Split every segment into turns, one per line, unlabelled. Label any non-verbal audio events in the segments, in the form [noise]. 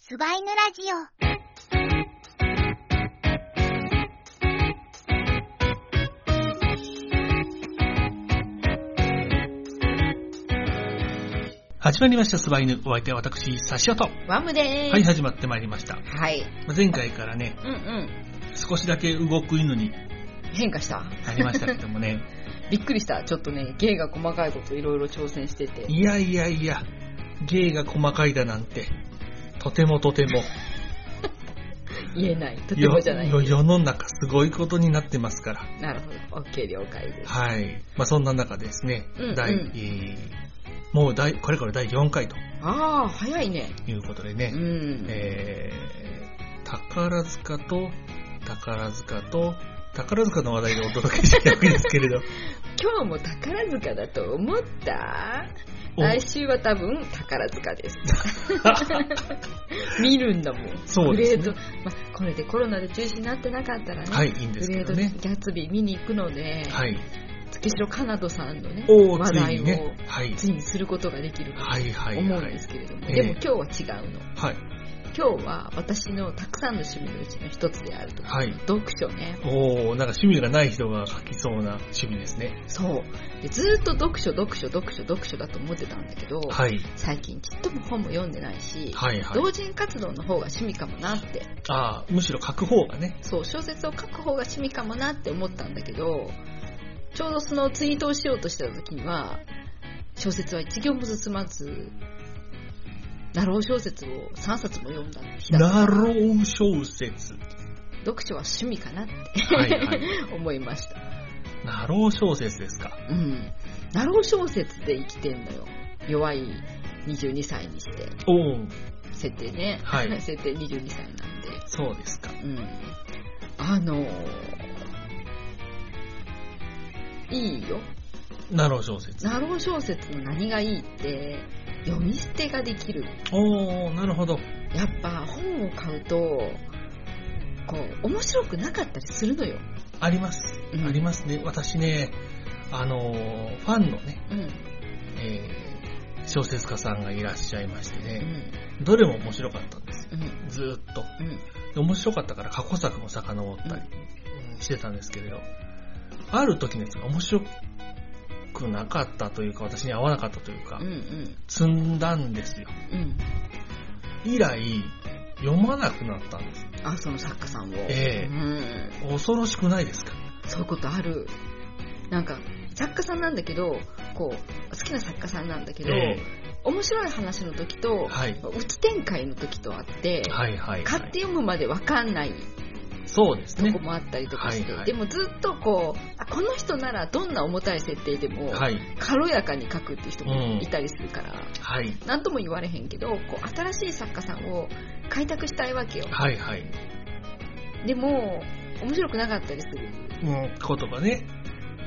スバイヌラジオ。
始まりました、スバイヌ。お相手は私、サシオと。
ワムでーす。
はい、始まってまいりました。
はい。
まあ前回からね、
うんうん。
少しだけ動く犬に
変化した。
なりましたけどもね。
[laughs] びっくりした。ちょっとね、芸が細かいこといろいろ挑戦してて。
いやいやいや、芸が細かいだなんて、とてもとても、
言えない。 [laughs] とてもじゃない。
よよ世の中すごいことになってますから。
なるほど。オッケー了解です。
はい。まあそんな中ですね、
うんうん
第、えーもう第、これから第4回と
ああ、早いね。
いうことで
う
ね、
ん。
えー、宝塚と、宝塚と、宝塚の話題でお届けしていくんですけれど、
今日も宝塚だと思った
お
来週は多分宝塚です。
[laughs]
見るんだもん。
そうですね
グレート、まあ、これでコロナで中止になってなかったらね。
はい、いいんで
グ
すけ
レー
ど
ト・
ね。
ギャツビー見に行くので、
はい。
月城かなどさんのね、
おー、
話
つい
題
に
を
ね。はい。
ついにすることができると
はいはい
思う
は
んで
い。
すけれども、
ええ
でも今日は違うの。
はい。
今日は私のたくさんの趣味のうちの一つであると、
はい。
読書ね。
おー、なんか趣味がない人が書きそうな趣味ですね。
そう。でずーっと読書、読書、読書、読書だと思ってたんだけど、
はい。
最近ちっとも本も読んでないし、
はいはい。
同人活動の方が趣味かもなって、
あー、むしろ書く方がね。
そう、小説を書く方が趣味かもなって思ったんだけど、ちょうどそのツイートをしようとした時には、小説は一行も進まず、ナロー小説を3冊も読んだ日だった
ナロー小説。
読書は趣味かなって
はい
[laughs]
はい。
思いました。
ナロー小説ですか。
うん。ナロー小説で生きてんのよ。弱い22歳にして。
おー、
設定ね。
はい
設定22歳なんで。
そうですか。
うん。あのいいよ。
ナロー小説。
ナロー小説の何がいいって、読み捨てができる。
おー、なるほど。
やっぱ本を買うと、こう、面白くなかったりするのよ。
あります。
うん
ありますね。私ね、あのー、ファンのね、
うん。
えー、小説家さんがいらっしゃいまして
う
ね、
ん。
どれも面白かったんですよ。
うん。
ずーっと。
うん。
で面白かったから過去作も遡ったりしてたんですけれど、ある時のやつが面白くなかったというか、私に合わなかったというか
うん。う、ん。
積んだんですよ。
うん。
以来、読まなくなったんです。
あ、その作家さんを。
ええ
うん。
恐ろしくないですか
そういうことある。なんか、作家さんなんだけど、こう、好きな作家さんなんだけど、
え
面白い話の時と、
はい
打ち展開の時とあって、
えはいはい、は
買っ
い。
て読むまでわかんない
そうです
とこ
ね。
もあったりとかして、
はいはい
でもずっとこう、あこの人ならどんな重たい設定でも、
はい。
軽やかに書くっていう人
うん
もいたりするから、
はい。
なんとも言われへんけど、こう、新しい作家さんを開拓したいわけよ。
はいはい。
でも、面白くなかったりする
うん、ことがね、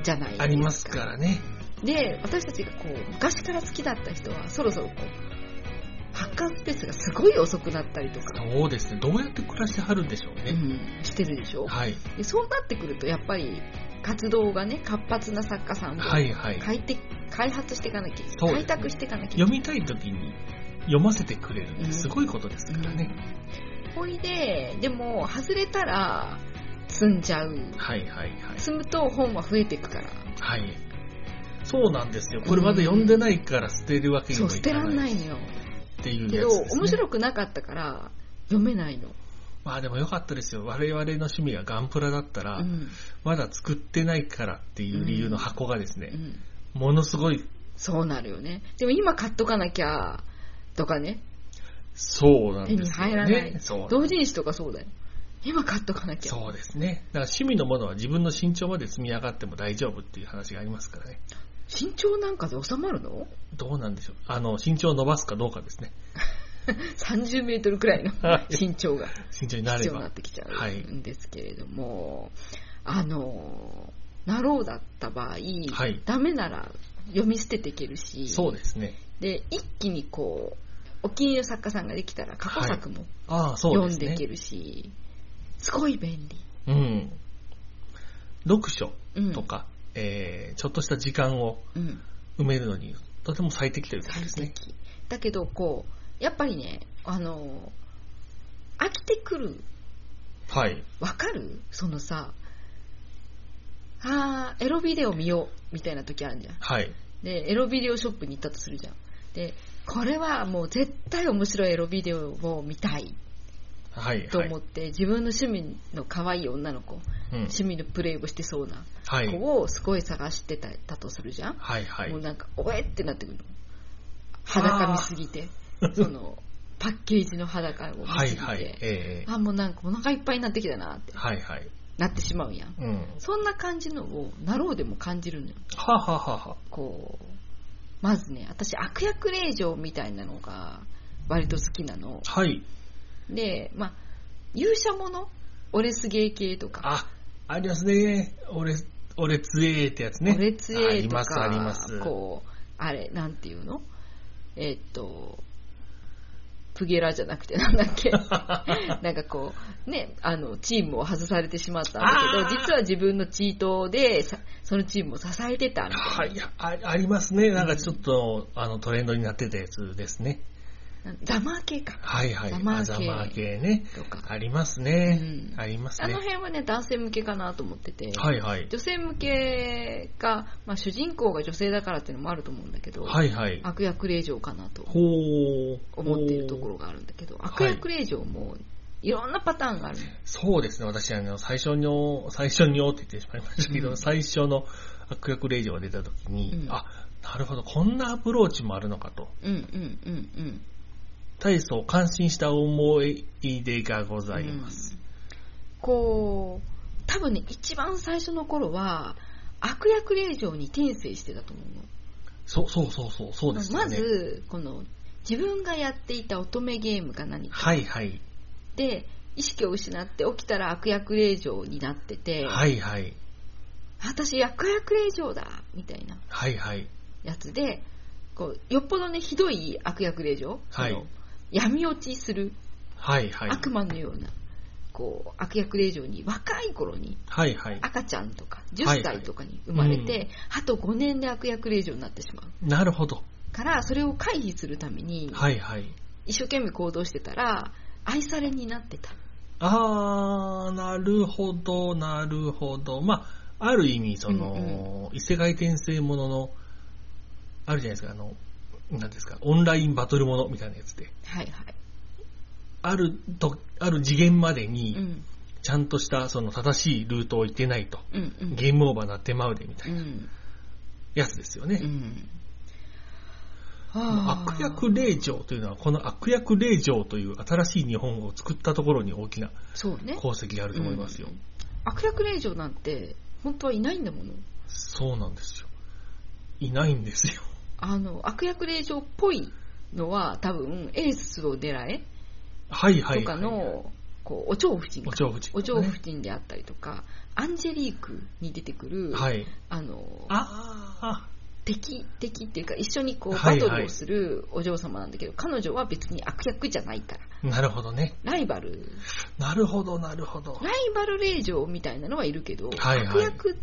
じゃないですか。
ありますからね。
で、私たちがこう、昔から好きだった人は、そろそろこう、発刊スペースがすごい遅くなったりとか、
そうですね。どうやって暮らしてはるんでしょう
う
ね。
ん、してるでしょ
はい。
でそうなってくると、やっぱり、活動がね、活発な作家さんを
はいはい。
開て、開発していかなき
そ
ゃ、
うですね
開拓していかなきゃ
読みたい時に読ませてくれるってすごいことですからね。
ほいで、でも、外れたら、積んじゃう。
はいはいはい。
積むと本は増えていくから。
はい。そうなんですよ。これまで読んでないから捨てるわけに
そ
も
う、捨
い
て
から
ん
な
ないいのよ。
っていう
け
や
ど、
つです、ね。
面白くなかったから、読めないの。
まあでもよかったですよ。我々の趣味がガンプラだったら、
うん。
まだ作ってないからっていう理由の箱がですね
う、ん。
ものすごい、
そうなるよね。でも今買っとかなきゃ、とかね。
そうなんですよね。
手に入らない
そう。
同人誌とかそうだよ。今買っとかなきゃ。
そうですね。だから趣味のものは自分の身長まで積み上がっても大丈夫っていう話がありますからね。
身長なんかで収まるの
どうなんでしょう。あの、身長を伸ばすかどうかですね。
?30 メートルくらいの身長が
身長にな
必
れ
要にな
ば
っ。てきちゃ
はいう
うんですけれども、あの、なろうだった場合、
はい
ダメなら読み捨てていけるし、
そうですね。
で、一気にこう、お気に入りの作家さんができたら過去作も
ああ、そう
読
で
ん
す
でいけ
ね。
るし、すごい便利。
うん。読書
うん。
とか、えー、ちょっとした時間を
うん。
埋めるのに、とても最適ということ
最
ですね。
適だけどこうやっぱりねあの飽きてくる。
はい。
わかるそのさ、あー、エロビデオ見よう、みたいな時あるじゃん。
はい。
で、エロビデオショップに行ったとするじゃん。で、これはもう絶対面白いエロビデオを見たい
はい。
と
はい
思って、自分の趣味の可愛い女の子、
うん
趣味のプレイをしてそうな
はい。
子をすごい探してただとするじゃん。
はい。はい
もう。なんか、おえってなってくるの。裸見すぎて、その、パッケージの裸を見
は
すぎ
い。
て、
はい。ええええ
あ、もうなんかお腹いっぱいになってきたなって
はい。はい。
なってしまうやん。
うん。
そんな感じのを、なろうでも感じるのよ。
はあはあはあは
こう、まずね、私、悪役令嬢みたいなのが、割と好きなの。
あ。はい。
で、まあ、勇者ものオレスゲー系とか、
あ、ありますね。俺、俺つえーってやつ
オ
ね。
レツエ
あり
とか、
ます、あります。
こう、あれ、なんていうのえっと、プゲラじゃなくてなんだっ
[laughs]
けなんかこう、ね、あの、チームを外されてしまったんだけ
あ
ど、
ー
実は自分のチートでさ、そのチームを支えてたみたいな。
はい、あありますね。なんかちょっと、あのトレンドになってたやつですね。
ザマー系か。
はいはい。
ザマー系
あザマー系ね。
とか。
ありますね。
うん
あります
あ
ね
の。辺はね、男性向けかなと思ってて、
はいはい。
女性向けが、まあ、主人公が女性だからっていうのもあると思うんだけど、
はいはい。
悪役令嬢かなと
ほー。
思っているところがあるんだけど、悪役令嬢もいろんなパターンがあるの、
そうですね、私、あの、最初の、 [laughs] 最初におって言ってしまいましたけど、
うん
最初の悪役令嬢が出た時に、
うん
あ、なるほど、こんなアプローチもあるのかと。
うんうんうんうん。
大層感心した思い出がございます。
うんこう、多分ね、一番最初の頃は、悪役令嬢に転生してたと思うの。
そうそうそうそう、そうですよね。
ま、ず、この、自分がやっていた乙女ゲームか何か
はいはい。
で意識を失って起きたら悪役令嬢になってて、
はいはい。
私悪役令嬢だみたいな
はいはい。
やつでこうよっぽどねひどい悪役令嬢、
はい
その闇落ちする
はいはい。
悪魔のような、こう悪役令嬢に若い頃に
はいはい。
赤ちゃんとか
はい
10歳とかに生まれて、
うん
あと5年で悪役令嬢になってしまう
なるほど。
からそれを回避するために
はいはい。
一生懸命行動してたら愛されになってた。
あー、なるほど、なるほど。まあ、ある意味、その、異世界転生ものの、あるじゃないですか、あの、なんですか、オンラインバトルものみたいなやつで、
はいはい。
あると、ある次元まで
う
に、
ん。
ちゃんとした、その、正しいルートを行ってないと、
うんうん。
ゲームオーバーなってまうで、みた
う。
いなんやつですよね。
うんあ
悪役令嬢というのは、この悪役令嬢という新しい日本語を作ったところに大きな
そうね
功績があると思いますよ。
うん悪役令嬢なんて本当はいないんだもの
そうなんですよ。いないんですよ。
あの悪役令嬢っぽいのは多分エースを狙え
はいはいはい。
とかの、こうお蝶夫人か
お蝶夫人と
お
かね
蝶夫人であったりとかアンジェリークに出てくる、
はい。
あの
あ
敵敵っていうか一緒にこう
は
バ
いはい
トルをするお嬢様なんだけど、彼女は別に悪役じゃないから
あ、なるほどね。
ライバル
なるほど、なるほど。
ライバル令嬢みたいなのはいるけど、
はいはい
悪役っ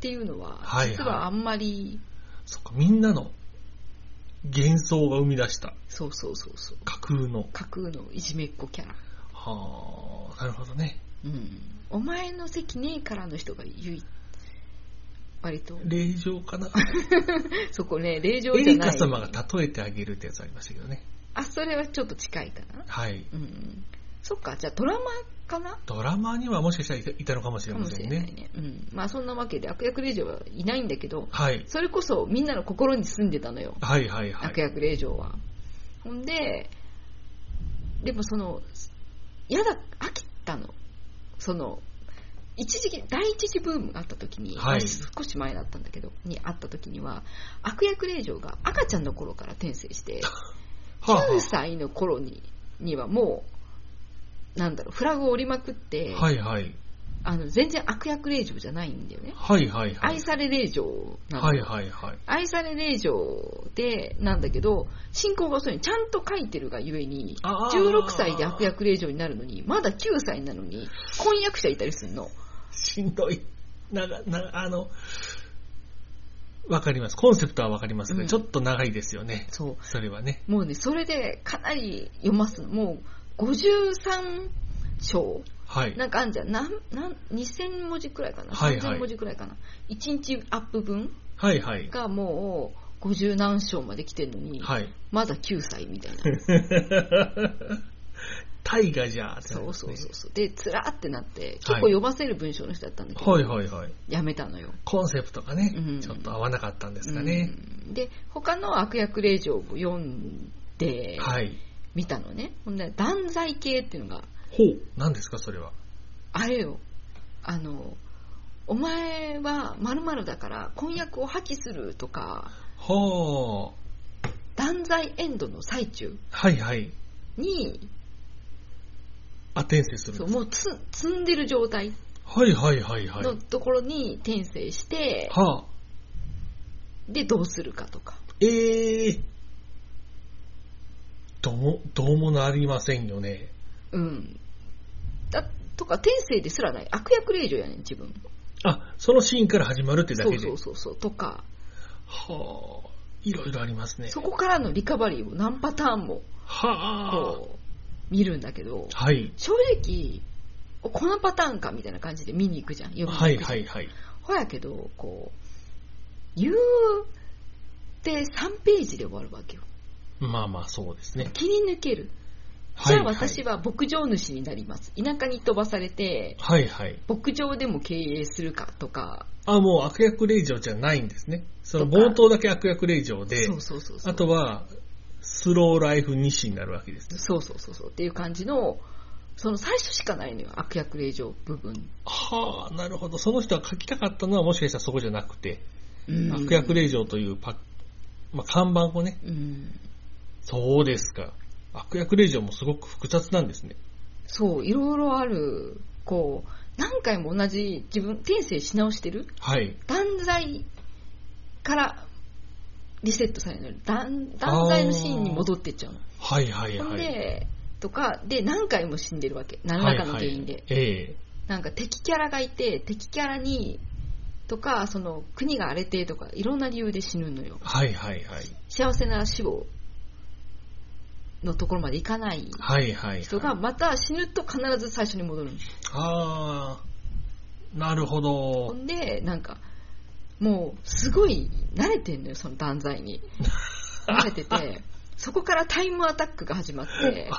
ていうのは、
はいはい
実はあんまり、
そっか、みんなの幻想が生み出した
そうそうそうそう、
架空の。
架空のいじめっ子キャラ。
はあ、なるほどね。
うん。お前の席ねえからの人が唯一、割と、
令嬢かな。
そこね、令嬢
エ
じゃ
リ
ない。
カ様が例えてあげるってやつありましたけどね。
あ、それはちょっと近いかな。
はい。
うん。そっか、じゃあドラマかな
ドラマにはもしかしたらいたいたのかもしれ
か
ま
も
せ
し
ん
れない
ね。
ね。うん。まあそんなわけで悪役令嬢はいないんだけど、
はい。
それこそみんなの心に住んでたのよ。
はいはいはい
悪。役令嬢は。ほんで、でもその、やだ、飽きたの。その、一時期、第一次ブームがあった時に、
はい
少し前だったんだけど、にあった時には、悪役令嬢が赤ちゃんの頃から転生して、
はあは
9歳の頃ににはもう、なんだろう、フラグを折りまくって、
あはいはい。
あの全然悪役令嬢じゃないんだよね。
はいはいはい。
愛され令嬢なの。
はいはいはい。
愛され令嬢で、なんだけど、進行が遅いのにちゃんと書いてるがゆえに、
あー
16歳で悪役令嬢になるのに、まだ9歳なのに、婚約者いたりするの。
しんどい。なが、な、あの、わかります。コンセプトはわかりますけど、
うん
ちょっと長いですよね。
そ
それはね。
う。もうね、それでかなり読ますの。もう、 53章
はい。
なんかあんじゃんなんなん2000文字くらいかな、
はいはい
3000文字くらいかな1日アップ分
はいはい。
がもう50何章まで来てるのに、
はい。 [laughs]
まだ9歳みたいな
大河じゃーってなり
そ
ま
う
す
そう
ね
そうそうでつらーってなって結構読ませる文章の人だったんだけど、
はいはいはい。
やめたのよ
コンセプトがね、
うん
ちょっと合わなかったんですかね。
うんで他の悪役令状を読んで
はい。
見たのね、ほんで断罪系っていうのが
ほう。何ですか、それは。
あれよあのお前は〇〇だから婚約を破棄するとか
ほう。
断罪エンドの最中
はいはい。
に
あ、転生するん
そう
です。
もうつ積んでる状態
はいはいはいはい。
のところに転生して、
はあ。
でどうするかとか
ええー。どうも、どうもなりませんよね。
うんだとか転生ですらない悪役令状やねん自分
あ、そのシーンから始まるってだ
そ
け
う
で。
そうそうそうとか
はあ。いろいろありますね。
そこからのリカバリーを何パターンも
はあ。
こう見るんだけど
はい。
正直おこのパターンかみたいな感じで見に行くじゃん読みに
はい
行くじゃん
はいはい。
ほやけどこう言うて3ページで終わるわけよ
まあまあそうですね。
気に抜けるじゃあ私は牧場主になります田舎に飛ばされて
はいはい。
牧場でも経営するかとか
あ、もう悪役令嬢じゃないんですね。その
とか
冒頭だけ悪役令嬢で
そ、うそうそうそう
あとは、スローライフ日誌になるわけですね。
そうそうそうそうっていう感じのその最初しかないのよ悪役令状部分、
はあ、なるほど。その人が書きたかったのはもしかしたらそこじゃなくて、
うん
悪役令嬢というパッ、まあ、看板をね、
うん
そうですか。悪役令嬢もすごく複雑なんですね。
そういろいろあるこう何回も同じ自分転生し直してる
はい。
断罪からリセットされるの断断罪のシーンに戻ってっちゃうの
はいはい
ほん
はい。
でとかで何回も死んでるわけ何らかの原因で、
はいはいえ
なんか敵キャラがいて敵キャラにとかその国が荒れてとかいろんな理由で死ぬのよ
えはいはいはい。
幸せな死をのところまでいかない
はいはい、はい。
人がまた死ぬと必ず最初に戻るの
ああ、なるほ
ほ
ど。
んでなんかもうすごい慣れてんのよその断罪に
[laughs]
慣れててそこからタイムアタックが始まって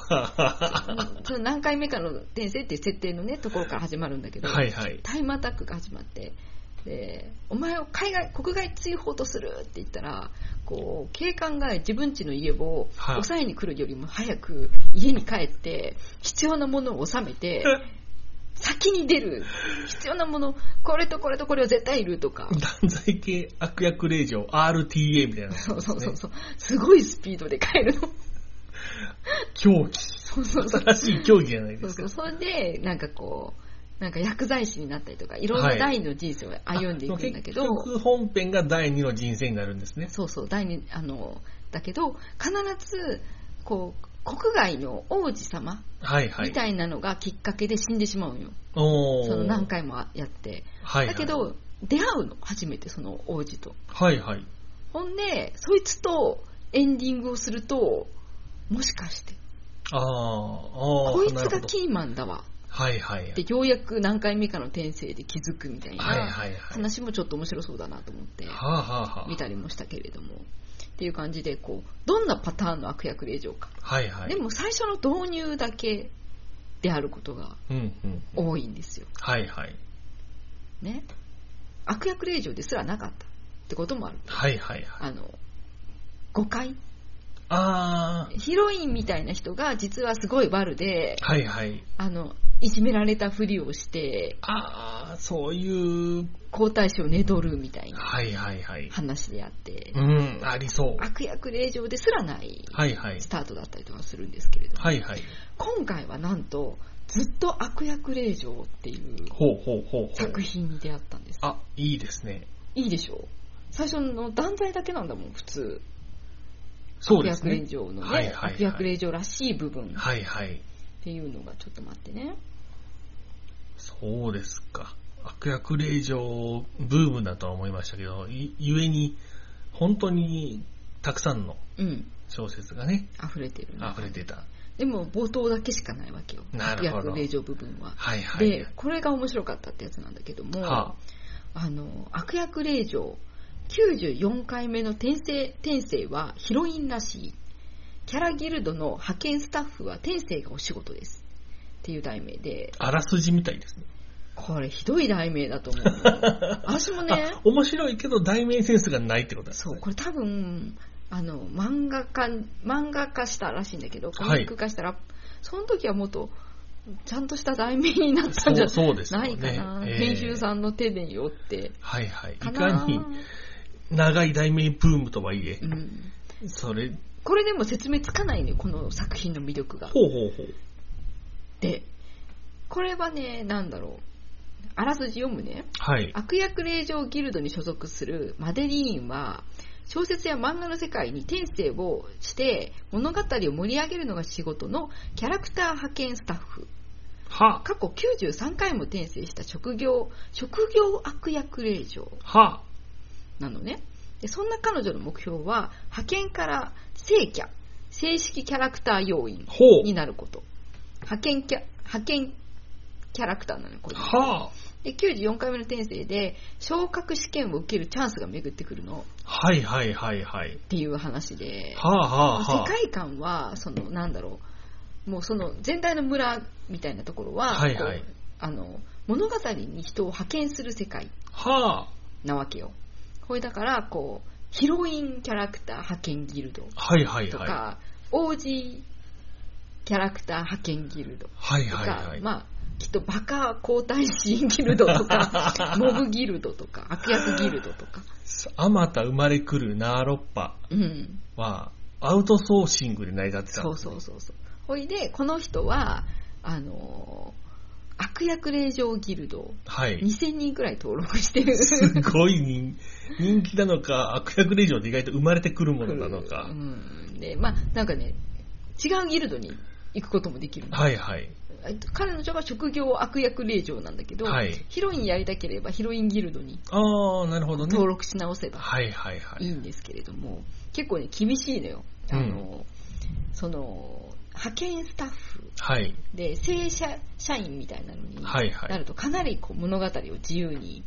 うんその何回目かの転生っていう設定のねところから始まるんだけど、
はいはい。
タイムアタックが始まってでお前を海外国外追放とするって言ったらこう警官が自分家の家を
はい
抑えに来るよりも早く家に帰って必要なものを収
[laughs]
めて先に出る必要なものこれとこれとこれを絶対いると
[laughs]
か
断罪系悪役令嬢 RTA みたいな、
そうそうそうそうすごいスピードで帰るの
狂気。
そうそうそう
新しい競技じゃない
そ
で
う
す
そ
か
う。それでなんかこうなんか薬剤師になったりとかいろんな第二の人生を歩んでいくんだけど、
あ結局本編が第二の人生になるんですね。
そうそう第二あのだけど必ずこう国外の王子様
はいはい。
みたいなのがきっかけで死んでしまうのよ、
おー
その何回もやって
はいは
だ
い、
けど、、出会うの初めてその王子と
はいはい。
ほんでそいつとエンディングをするともしかして
あーあー、
こいつ
なるほ
が
ど
キーマンだわ
はいはいはい。
ってようやく何回目かの転生で気づくみたい
はいはい
な
はい。
話もちょっと面白そうだなと思って、
はあ、はあはあ、
見たりもしたけれどもっていう感じでこうどんなパターンの悪役令嬢か、
はいはい。
でも最初の導入だけであることが
うんうん。
多いんですよ
はいはい。
ね悪役令嬢ですらなかったってこともある
はいはいはい。
あの誤解
あ
ヒロインみたいな人が実はすごい悪で
あ、はいはい。
あのいじめられたふりをして
ああ、そういう、
皇太子をねどるみたいな
はいはいはい。
話であって
うん、ありそう。
悪役令嬢ですらない
はいはい
ス。タートだったりとかするんですけれども
はいはい。
今回はなんとずっと悪役令嬢っていう
ほうほうほうほう。
作品に出会ったんです
あ、いいですね。
いいでしょう最初の断罪だけなんだもん普通
そう
悪
です
役令
ね。
嬢のね、
はいはいはい
悪役令嬢らしい部分っ
はいはい。
ていうのがちょっと待ってね
そうですか。悪役令嬢ブームだとは思いましたけど、いゆえに、本当にたくさんの
うん
小説がね、
溢れてるな
溢れてた。
でも冒頭だけしかないわけよ
なるほど
約令状部分は、
はいは
で
い。
これが面白かったってやつなんだけども、
は
あの悪役令嬢94回目の転生転生はヒロインらしいキャラギルドの派遣スタッフは転生がお仕事ですっていう題名で
あ、あらすじみたいですね。
これひどい題名だと
[laughs]
思う私もね
あ面白いけど題名センスがないってことなんです
そう
ね。
これ多分あの漫画化漫画化したらしいんだけどコミック化したら、その時はもっとちゃんとした題名になったんじゃ
そうそうですよ
な
ね
いかな、
ええ
編集さんの手によって
はいはい。い
かな
かに長い題名ブームとはいえ
う、ん、
それ、
これでも説明つかないねこの作品の魅力が
ほうほうほう。
でこれはねなんだろうあらすじ読むね
はい。
悪役令嬢ギルドに所属するマデリーンは小説や漫画の世界に転生をして物語を盛り上げるのが仕事のキャラクター派遣スタッフ
は、
過去93回も転生した職業職業悪役令嬢
は、
なのねでそんな彼女の目標は派遣から正キャ正式キャラクター要員
ほ
に
う。
なること派遣キャ派遣キャラクターなのよこれ
は、
で94回目の転生で昇格試験を受けるチャンスが巡ってくるの
はいはいはいはい。
っていう話で、
はあはあ
世
は
界観はそのなんだろうもうその全体の村みたいなところは、
はいはい
こうあの物語に人を派遣する世界
あ。は
なわけよこれだからこうヒロインキャラクター派遣ギルド
あ。はいはい
と
はい。
か、王子キャラクター派遣ギルド
はい
とか、
はいはい。
まあ、きっとバカ皇太子ギルド
[laughs]
とか、モブギルドとか、悪役ギルドとか、
あまた生まれくるナーロッパ
うん、
は、アウトソーシングで成り立ってたん
そう
です
そうそうそう。ほいで、この人は、あのー悪役令嬢ギルド、
はい。
2000人くらい登録してる。
すごい人人気なのか、悪役令嬢って意外と生まれてくるものなのか
[laughs] う。ん。で、まあ、なんかね、違うギルドに行くこともできるの。
はいはい。
えっと彼女は職業悪役令嬢なんだけど、
はい
ヒロインやりたければヒロインギルドに
ああ、なるほどね。
登録し直せば
はいはいはい
い
い。
んですけれども、結構ね、厳しいのよ。あの、その、派遣スタッフ
はい。
で、正社社員みたいなのに
はいは。
ないると、かなりこう物語を自由に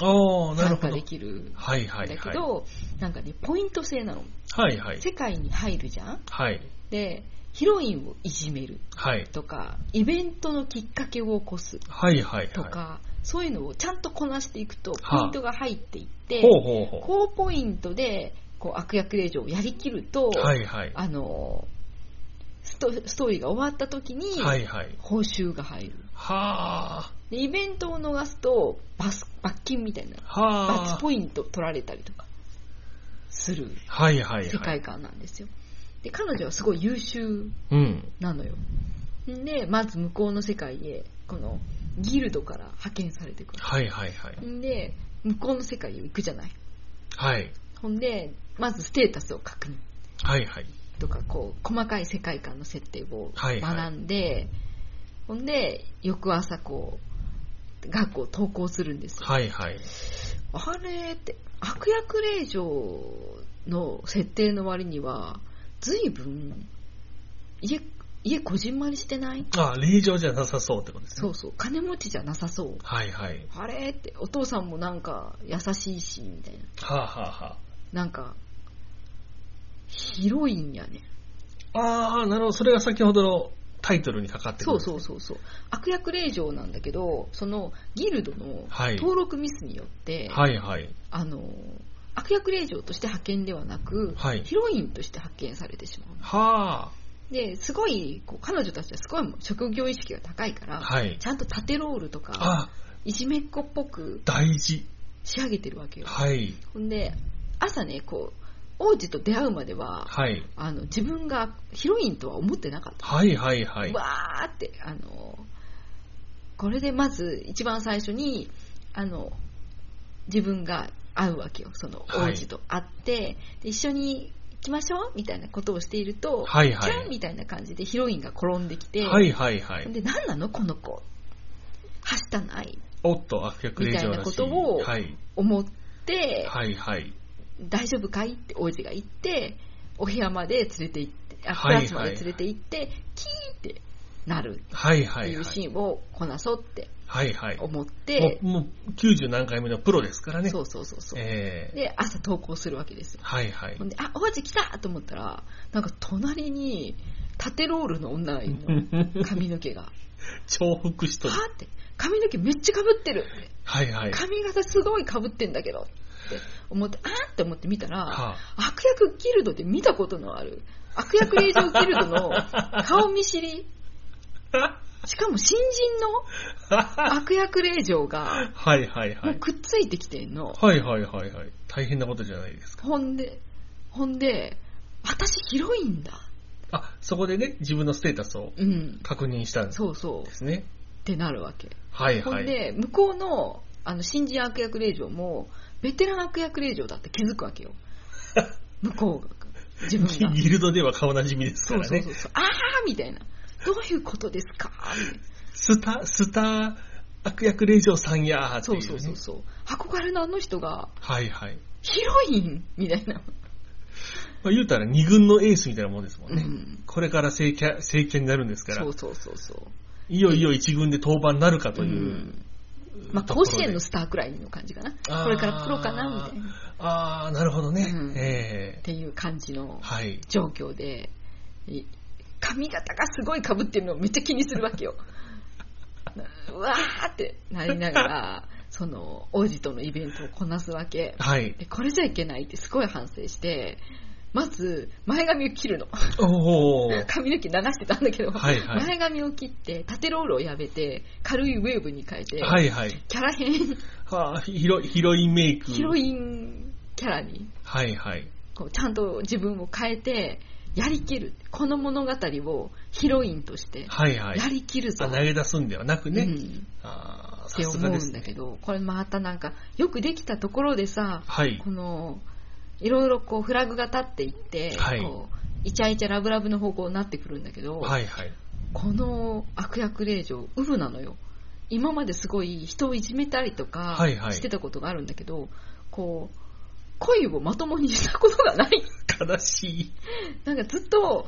ああ、なるほ
参加
ど
で。きる。
はいは
だ
い
け
はい。
ど、なんかね、ポイント制なの。
はいはい。
世界に入るじゃん
はい。
で、ヒロインをいじめる
はい。
とか、イベントのきっかけを起こす
はいはいはい。
とか、そういうのをちゃんとこなしていくと、
はあ
ポイントが入っていって、
ほうほうほ
高ポイントでこう悪役令嬢をやりきると、
う。はいはい。
あのストストーリーが終わった時に
はいはい。
報酬が入る、
はあ。
でイベントを逃すと罰罰金みたいな
は
罰
あ。
ポイント取られたりとかする
はいはいはい。
世界観なんですよで彼女はすごい優秀
うん。
なのよでまず向こうの世界へこのギルドから派遣されてく
はいはいはい。
るんで向こうの世界へ行くじゃない
はい。
ほんでまずステータスを確認
はいはい。
とかこう細かい世界観の設定を
はいはい
学んで、ほんで翌朝こう学校登校するんですよ、
はいはい。
あれって悪役令嬢の設定の割には随分家家こじんまりしてない
あ、霊場じゃなさそうってことです
そ
ね。
うそう金持ちじゃなさそう
はいはい。
あれってお父さんもなんか優しいしみたいな
はあはあは
なんかヒロインやね
あ。ああ、なるほど。それが先ほどのタイトルにかかってく
そ
る。。
うそううそうそう悪役令嬢なんだけどそのギルドの
はい
登録ミスによって、
はいはい。
あの悪役令嬢として派遣ではなく、
はい
ヒロインとして派遣されてしまう
は
ですごいこう彼女たちはすごい職業意識が高いか
あ。
ら、
はい。
ちゃんと縦ロールとか
あ、
いじめっ子っぽく
大事。
仕上げてるわけよ
はい。
ほんで朝ねこう王子と出会うまでは
はい。
あの自分がヒロインとは思ってなかった
はいはいはい。
わーって、あの、これでまず一番最初に、あの、自分が会うわけよ。その
はい
王子と会って、で一緒に行きましょうみたいなことをしていると、
はいは
キャン
い。
みたいな感じでヒロインが転んできて、
はいはいはい。
で、何なのこの子。はしたない。
おっと、悪役令嬢らしい。
みたいなことを
はい。
思って、
はいはい。
大丈夫かいって王子が言って、お部屋まで連れて行って、あ
はいはい
クラスまで連れて行って、キーってなる
はいは
って
い
い
は
う
い。
シーンをこなそうって
はいはい。
思って、
もうもう90何回目のプロですからね。
そうそうそうそう、
ええ
で朝投稿するわけですよ
はいはい
ほ。んであおはじ来たと思ったらなんか隣に縦ロールの女がいるの髪の毛がは
[laughs] 重複しとる。
あって髪の毛めっちゃかぶってるって
はいはい。
髪型すごいかぶってんだけどって思ってあーって思って見たら、
は
悪役ギルドで見たことのある悪役令嬢ギル
[laughs]
ドの顔見知りしかも新人の
あ
悪役令嬢が
はいはいは
もう
い。
くっついてきてんの、
はいはいはいはい。大変なことじゃないですか。
ほんでほんで私ヒロインだ
あ、そこでね、自分のステータスを
うん
確認したんで
そうそうっ
すね。
てなるわけ、
はい
ほ
は
ん
い。
で向こうのあの新人悪役令嬢もベテラン悪役令嬢だって気づくわ
[laughs]
けよ向こうが自分が
ギルドでは顔なじみですか
そう
ら
そう
ね
そ。うそうあーみたいなどういうことですかみたいな
スタ、スター悪役令嬢さんやーって
そ
いうう。
そうそう
う。
そう。憧れのあの人が、
はいはい。
ヒロインみたいな。
まあ言うたら二軍のエースみたいなもんですもんね。
うん
これから正規正規になるんですから
そう、そうそうそう。
いよいよ一軍で登板になるかという。
んまあ、
ところ
甲
で
子園のスターくらいの感じかな。
あー
これからプロかなみたいな。っ
ああ、なるほどね。
うん
ええ
ていう感じの
はい。
状況で、い髪型がすごい被ってるのをめっちゃ気にするわけよ。 [laughs] うわーってなりながら、その、王子とのイベントをこなすわけ。
はい。
でこれじゃいけないってすごい反省して、まず、前髪を切るの。 [laughs]
おお。
髪の毛流してたんだけど、
はいはい
前髪を切って縦ロールをやめて軽いウェーブに変えて、
はいはい。
キャラ編
はあ、ヒロヒロインメイク。
ヒロインキャラに
はいはい。
こうちゃんと自分を変えてやりきるこの物語をヒロインとして
はいはい。
やりきるぞ、
あ投げ出すんではなく
う
ね。
ん
ああ、
って
さす
思う
がで
ん
す
だ
ね。
けどこれまたなんかよくできたところでさ
はい。
このいろいろこうフラグが立っていって、
はい
こうイチャイチャラブラブの方向になってくるんだけど、
はいはい。
この悪役令嬢、ウブなのよ。今まですごい人をいじめたりとか
はいはい
してたことがあるんだけど、こう、恋をまともにしたことがない。
悲しい。
なんかずっと、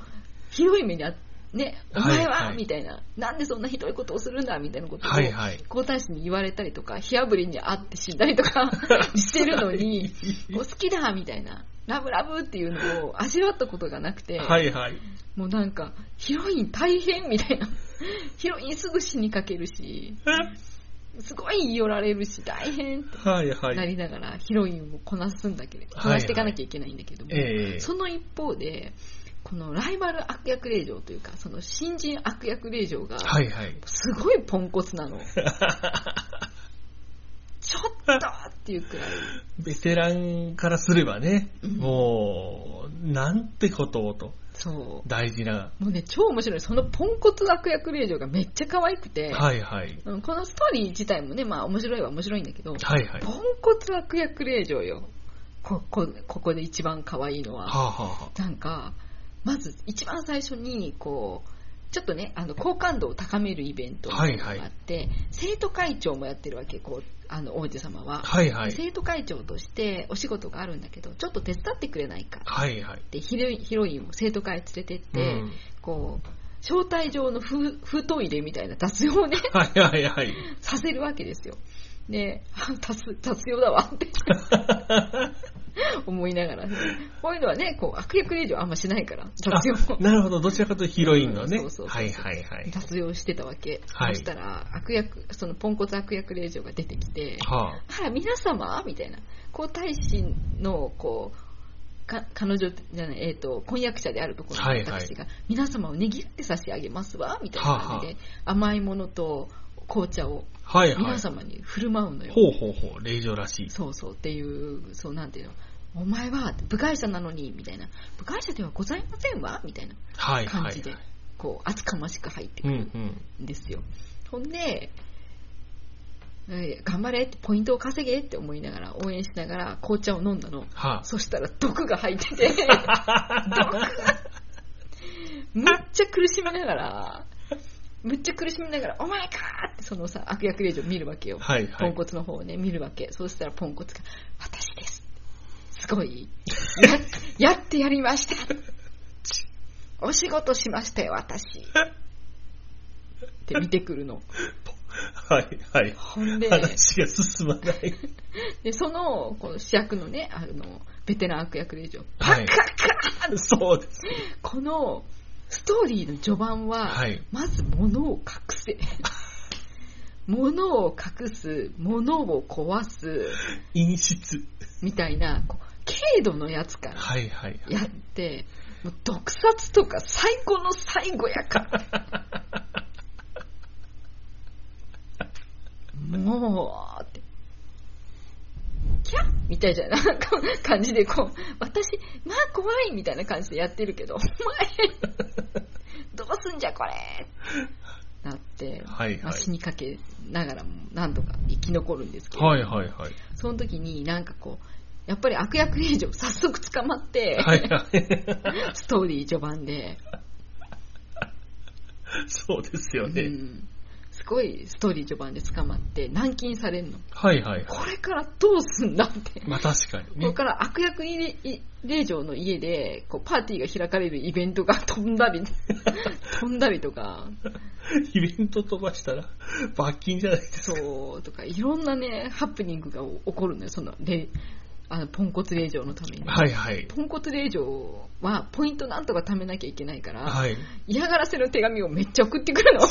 ひどい目にあね、お
はい
前は、
はい
みたいな、なんでそんなひどいことをするんだみたいなことを、
はいはい。
皇太子に言われたりとか、火あぶりにあって死んだりとか [laughs] してるの
[laughs]
に、こう好きだみたいな、ラブラブっていうのを味わったことがなくて、
はいはい。
もうなんか、ヒロイン大変みたいな。 [laughs] ヒロインすぐ死にかけるし、すごい寄られるし、大変って
はいは。
ないりながら、ヒロインをこなすんだけれど、
はい
こなしていかなきゃいけないんだけども、
ええ
その一方で、このライバル悪役令嬢というか、その新人悪役令嬢が、
はい
[laughs]
はい。
すごいポンコツなの。ちょっとっていうくらい。
ベテランからすればね、
うん
もう、なんてことをと、
そ
大事な。
う。もうね、超面白い。そのポンコツ悪役令嬢がめっちゃ可愛くて、
はいはい。
うんこのストーリー自体もね、まあ面白いは面白いんだけど、
はいはい。
ポ
は
ンコツ悪役令嬢よ。ここここで一番可愛いの
あ、
は。
はあは
なんか、まず一番最初に、こう、ちょっとね、あの、好感度を高めるイベント
はい
が
はい
あって、生徒会長もやってるわけ、こう、あの、王子様は
あ、。はいはい。
生徒会長としてお仕事があるんだけど、ちょっと手伝ってくれないかっ
はいはい。
てヒロインヒロインを生徒会連れてって、
うん
こう、招待状の封封筒入れみたいな雑用をね、 [laughs]
はいはいはい。
させるわけですよ。で、あ、達達用だわって思いながら、ね、こういうのはね、こう悪役令嬢あんましな
[laughs]
いから、
あ
達用
なるほど、どちらかというとヒロインのね。
うんそうそうそう
はいはいはい。
達用してたわけ。
はい
そしたら、悪役、そのポンコツ悪役令嬢が出てきて、
はあ、
あら、皆様みたいな。皇太子の、こう、か彼女じゃない、えっ、と、婚約者であるところ
は
の
いはい
私が、皆様をねぎらって差し上げますわ、みたいな感じ
は
で、甘いものと紅茶を
はいは
皆
い。
様に振る舞うのよ。
ほうほうほう、令嬢らしい。
そうそうっていう、そうなんていうの、お前は部外者なのに、みたいな、部外者ではございませんわ、みたいな
はいはい、は
感
い
じ。で、こう、厚かましく入ってく
うんう
る
ん。
んですよ。ほんで、えー頑張れって、ポイントを稼げって思いながら、応援しながら紅茶を飲んだの。
は
そしたら毒が入ってて、
[laughs]
毒めっちゃ苦しみながら、むっちゃ苦しみながら、お前かーってそのさ、悪役令嬢見るわけよ。
あ、はいは
ポン
い。
コツの方をね、見るわけ。そうしたらポンコツが、私
[laughs]
です。すごい。や、やってやりました。お仕事しましたよ、私。って見てくるの。
はい、はい。
ほんで、
話が進まない。
でその、この主役のね、あの、ベテラン悪役令嬢、パ
はい
ッカッカーン
そうです。
この、ストーリーの序盤は、
はい。
まず物を隠せ。物を隠す、物を壊す、
陰湿。
みたいな、こう軽度のやつから
はい、はい。
やって、もう毒殺とか最後の最後やから。もう、って。キャッみたいじゃないなんか感じでこう、私、まあ怖いみたいな感じでやってるけど、お前、どうすんじゃこれなって、
[laughs] はい、
ま
は
あ、
い。
死にかけながらも何度か生き残るんですけど、
はい、はい、はい。
その時になんかこう、やっぱり悪役令嬢早速捕まって、
はい、はい。 [laughs]
ストーリー序盤で、
そうですよ
う
ね。
ん、すごいストーリー序盤で捕まって軟禁されるの
はい、はい。
これからどうすんだって、
まあ確かに
これ
ね。
から悪役いい令嬢の家でこうパーティーが開かれるイベントが飛んだり
[laughs]
飛んだりとか
イベント飛ばしたら罰金じゃないですか。
そうとかいろんなねハプニングが起こるのよそのれあのポンコツ令嬢のために。
はい、はい。
ポンコツ令嬢はポイントなんとか貯めなきゃいけないから、 [laughs]
はい。
嫌がらせの手紙をめっちゃ送ってくるの。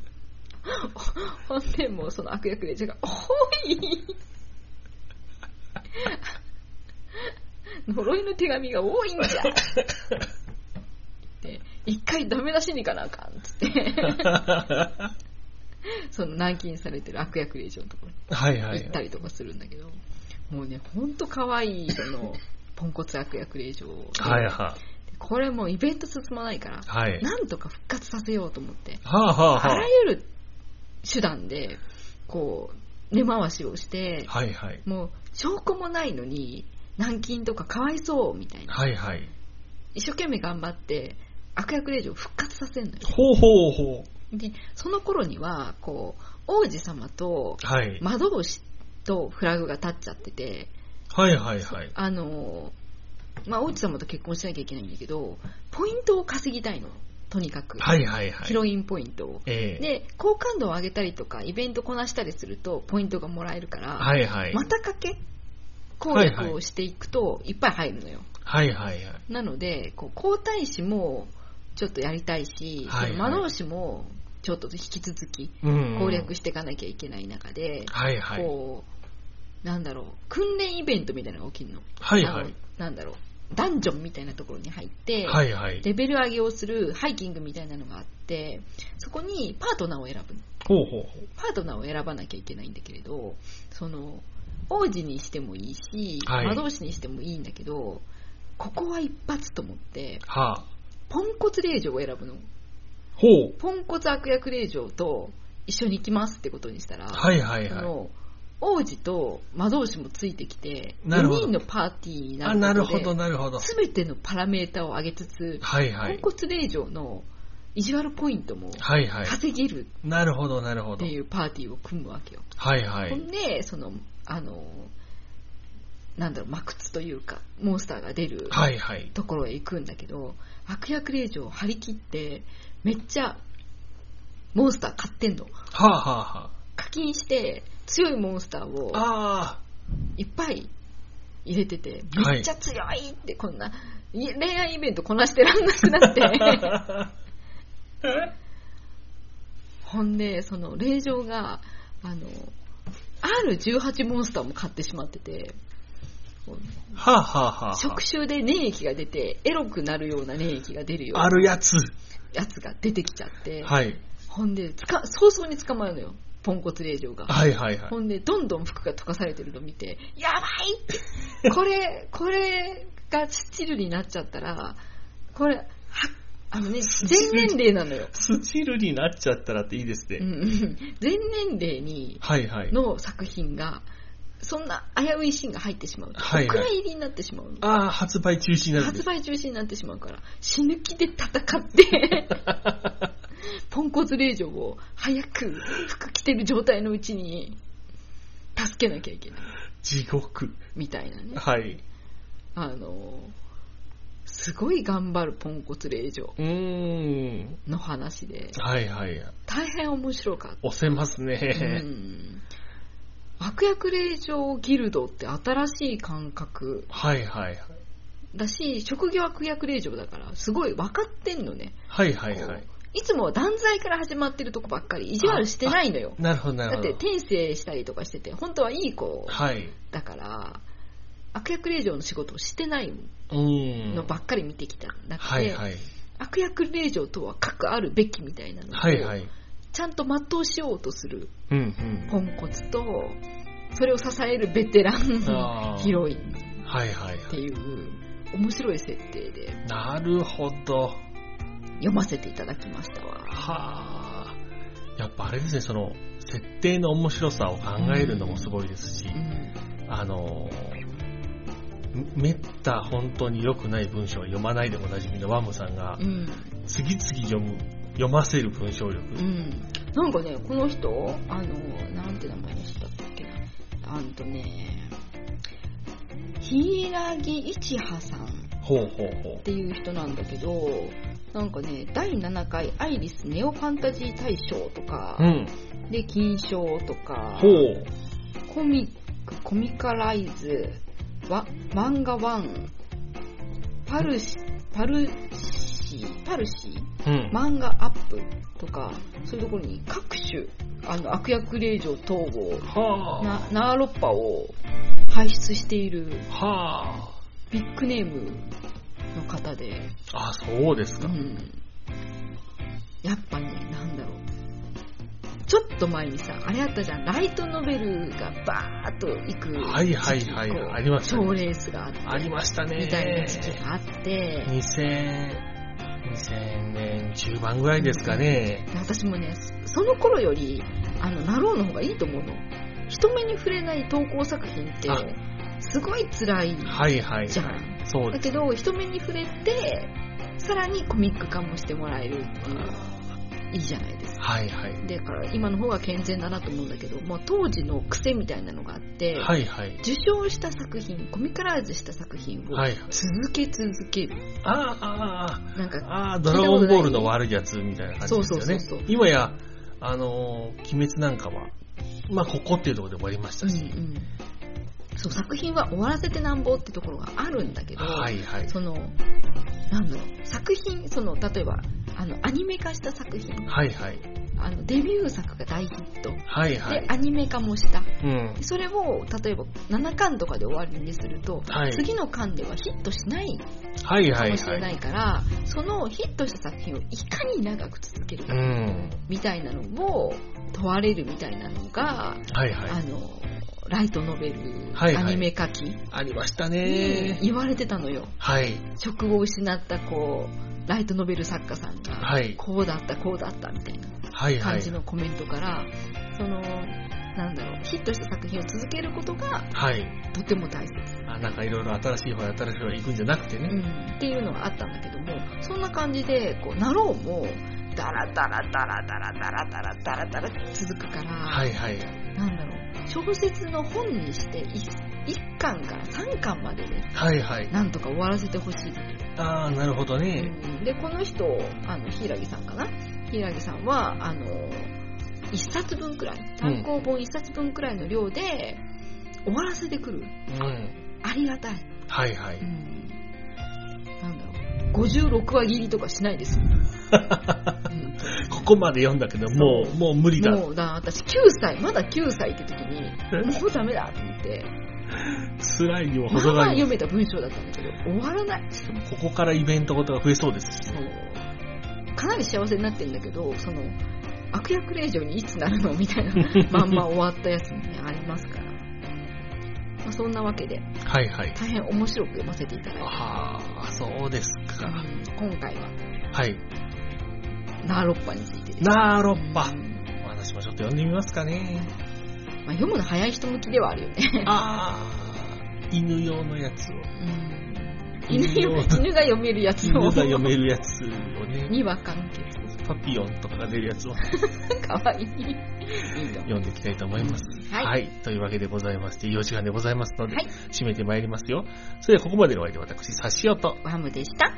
[laughs] ほんで、もうその悪役で、が、お
[laughs]
い呪いの手紙が多いんじゃって、一回ダメ出しに行かなあかんっつって、
[laughs]
その軟禁されてる悪役令嬢のところ
はい、は
に行
い
った。りとかするんだけど、もうね、ほんと可愛い、その、ポンコツ悪役令嬢。
はい、は
これもうイベント進まないから
い。、はい。
なんとか復活させようと思って、
はあ、はあ、
あ
は
らゆる手段で、こう、根回しをして
あ。、はい、はい。
もう、証拠もないのに、軟禁とかかわいそう、みたいな。
はい、はい。
一生懸命頑張って、悪役令嬢を復活させるのよ。
ほうほうほ
で、その頃には、こう、王子様と
う。はい。
魔導士とフラグが立っちゃってて、
はい、はい、はい。
あのー、まあ、王子様と結婚しなきゃいけないんだけど、ポイントを稼ぎたいの。とにかく。
はい、はい、はい。
ヒロインポイントを。
ええ。
で、好感度を上げたりとか、イベントこなしたりすると、ポイントがもらえるから、
はい、はい。
またかけ攻略をしていくと、いっぱい入るのよ。
はい、はい、はい。
なので、こう皇太子もちょっとやりたいし、
はいはい
その魔導士もちょっと引き続き
うん。
攻略していかなきゃいけない中で、
はい、はい。
こう、なんだろう、訓練イベントみたいなのが起きるの。
はい、
あ
は
の
い。
なんだろう、ダンジョンみたいなところに入って、
はい、はい。
レベル上げをするハイキングみたいなのがあって、そこにパートナーを選ぶの
ほうほうほ
パートナーを選ばなきゃいけないんだけれど、その、王子にしてもいいし、
はい
魔導士にしてもいいんだけど、ここは一発と思って、
う。はあ。
ポンコツ令嬢を選ぶの。
ほう。
ポンコツ悪役令嬢と一緒に行きますってことにしたら、
はい、はい、
そ
は
の、王子と魔導士もついてきて、
なるほど
4人のパーティーに
い。あ、
な
な
る
る
こ
ほ
と
ど、
で、
なるほど。
すべてのパラメーターを上げつつ、
はい、は
ポン
い。
コツ令嬢の意地悪ポイントも
はい、はい。
稼げる
なるほど、なるほ
って
ど。
いうパーティーを組むわけよ。
はい、は
ほ
い。
んで、その、あの、なんだろう、魔窟というか、モンスターが出る
はい、はい。
ところへ行くんだけど、悪役令嬢を張り切って、めっちゃ、モンスター買ってんの。
はあ、はあ、は
課金して、強いモンスターを
あ。あ
いっぱい入れてて、
はい
めっちゃ強いって、こんな、い恋愛イベントこなしてらんなく
[laughs]
なって、
あ。
ほんで、その、令嬢が、あの、R18 モンスターも買ってしまってて、
はあ、はあ、はあ。
触手で粘液が出て、エロくなるような粘液が出るよう
あ
な
るやつ。
やつが出てきちゃって、
はい。
ほんで、つか早々に捕まえるのよ、ポンコツ令嬢が。
はい、はい、はい。
ほんで、どんどん服が溶かされてるのを見て、やばいって、これ、これがスチルになっちゃったら、これ、はあのね、全年齢なの
[laughs]
よ。
スチルになっちゃったらっていいですね。
うんうん全年齢に
はい、はい。
の作品が、そんな危ういシーンが入ってしまうと、
はいはい
お蔵入りになってしまうの。
ああ、発売中止になるんで
発
す。
売中止になってしまうから、死ぬ気で戦
[laughs]
って、ポンコツ令嬢を早く服着てる状態のうちに、助けなきゃいけない。
地獄。
みたいなね。
はい。
あの、すごい頑張るポンコツ令嬢
うーん。
の話で、
はいはい。
大変面白かっ
押せます
た。う
ね。
ん悪役令嬢ギルドって新しい感覚
はいはいはい。
だし、職業悪役令嬢だから、すごい分かってんのね。
はいはいは
こ
い。
いつもは断罪から始まってるとこばっかり、意地悪してないのよ。
なるほどなる
だっ
ほ
て
ど。
転生したりとかしてて、本当はいい子
はい。
だから、悪役令嬢の仕事をしてないう
ーん。
のばっかり見てきたんだって、
はいはい。
悪役令嬢とは核あるべきみたいなのを、
はいはい。
ちゃんと全うしようとする
うんうん。
ポンコツと、それを支えるベテラン
あー
ヒロインっ
はいはいは
ていう面白い設定で
い。なるほど。
読ませていただきましたわ。
はあ。やっぱあれですね、その、設定の面白さを考えるのもすごいですし
う、ん
あのー、めった本当に良くない文章を読まないでおなじみのワムさんが
う、ん
次々読む、読ませる文章力。
うん、なんかね、この人、あの、なんて名前の人だったっけな。あんとね、ヒイラギイチハさんっ
ほうほうほ
ていう人なんだけど、なんかね、第7回アイリスネオファンタジー大賞とか
う。う、ん。
で、金賞とか
ほ、う。
コミック、コミカライズ、わ漫画ワン、パルシ、パルシ、パルシ
うん。
漫画アップとかそういうところに各種あの悪役令嬢等を
は
なナーロッパを輩出している
あ。は
ビッグネームの方で、
あ。あ、そうです
う
か。
ん、やっぱねなんだろうちょっと前にさあれあったじゃんライトノベルがバーッといく
はいはいはい
こう
ありましたね
賞レースがあって
ありましたね。
みたいな時期があって
2000、2000年中盤ぐらいですかね。
私もねそその頃よりあのなろうの方がいいと思うの人目に触れない投稿作品って
あ
すごい辛い
はいはい
じゃ
はい。
ん
そう
だ
です。
けど人目に触れてさらにコミック化もしてもらえるっていういいじゃないですか
はいはい。
だから今の方が健全だなと思うんだけど、まあ、当時の癖みたいなのがあって、
はいはい。
受賞した作品コミカライズした作品を
はいはい。
続け続ける、
ああ、
な
ああ、
んか
ああ、ドラゴンボールの悪いやつみたいな感じですよね。
そうそうそうそう
今や、あのー鬼滅なんかは、まあ、ここっていうところで終わりまし
う
た
ん
し。
うんそう作品は終わらせてなんぼってところがあるんだけど、
はいはい。
そのなんだろう作品その例えばあのアニメ化した作品
はいはい。
あのデビュー作が大ヒット、
はいは
で
い。
アニメ化もした
うん。
でそれを例えば7巻とかで終わりにすると、
はい
次の巻ではヒットしない
はい
か
はい
もしれ
は。
ないいから、そのヒットした作品をいかに長く続ける
う
か
ん。
みたいなのを問われるみたいなのが、
はいはい。
あのライトノベル、
はいはい
アニメ化期に
ありましたね。
言われてたのよ。
はい。
職を失ったこうライトノベル作家さんが、
はい
こうだったこうだったみたいな
はいは
感
い
じ。のコメントから、そのなんだろうヒットした作品を続けることが
はい。
とても大切、
あなんかいろいろ新しい方や新しい方へ行くんじゃなくて
う
ね。
ん、っていうのがあったんだけどもそんな感じでこうなろうもダラダラダラダラダラダラダラダラ続くから、
はいはい。
なんだろう小説の本にして 1, 巻から3巻までで
はいはい。
なんとか終わらせてほしい
ああ、なるほどね。
でこの人あの柊さんかな柊さんはあの1冊分くらい単行本1冊分くらいの量で終わらせてくる
うん。
ありがたい、
はいはい。
なんだろう56話切りとかしな
[laughs]
いです、うん
ここまで読んだけど、もう、もう無理だ。
もうだ私9歳まだ9歳って時にもうダメだと思って
辛いにも
ま
程
あま
が
あ
あ
読
る。
めた文章だったんだけど終わらない
ここからイベントことが増えそうですし。
そのかなり幸せになってるんだけどその悪役令嬢にいつなるの
[laughs]
みたいなまんま終わったやつもねありますから、まあ、そんなわけで
はいはい。
大変面白く読ませていただい
ああ、そうです
た、
か。
今回は
はい。
ナーロッパについてです
ナーロッパ
う。ん
私もちょっと読んでみますかね。
まあ、読むの早い人向きではあるよね、
ああ、犬用のやつを。
うん犬よ犬が読めるやつ
犬
を
が読めるやつをね、
には完結
パピオンとかが出るやつを
かわいいいいと
読んでいきたいと思います。
はい
というわけでございまして、4時間でございますので、
はい
締めてまいりますよ。それではここまでのお相手、私、サシオと。
ワムでした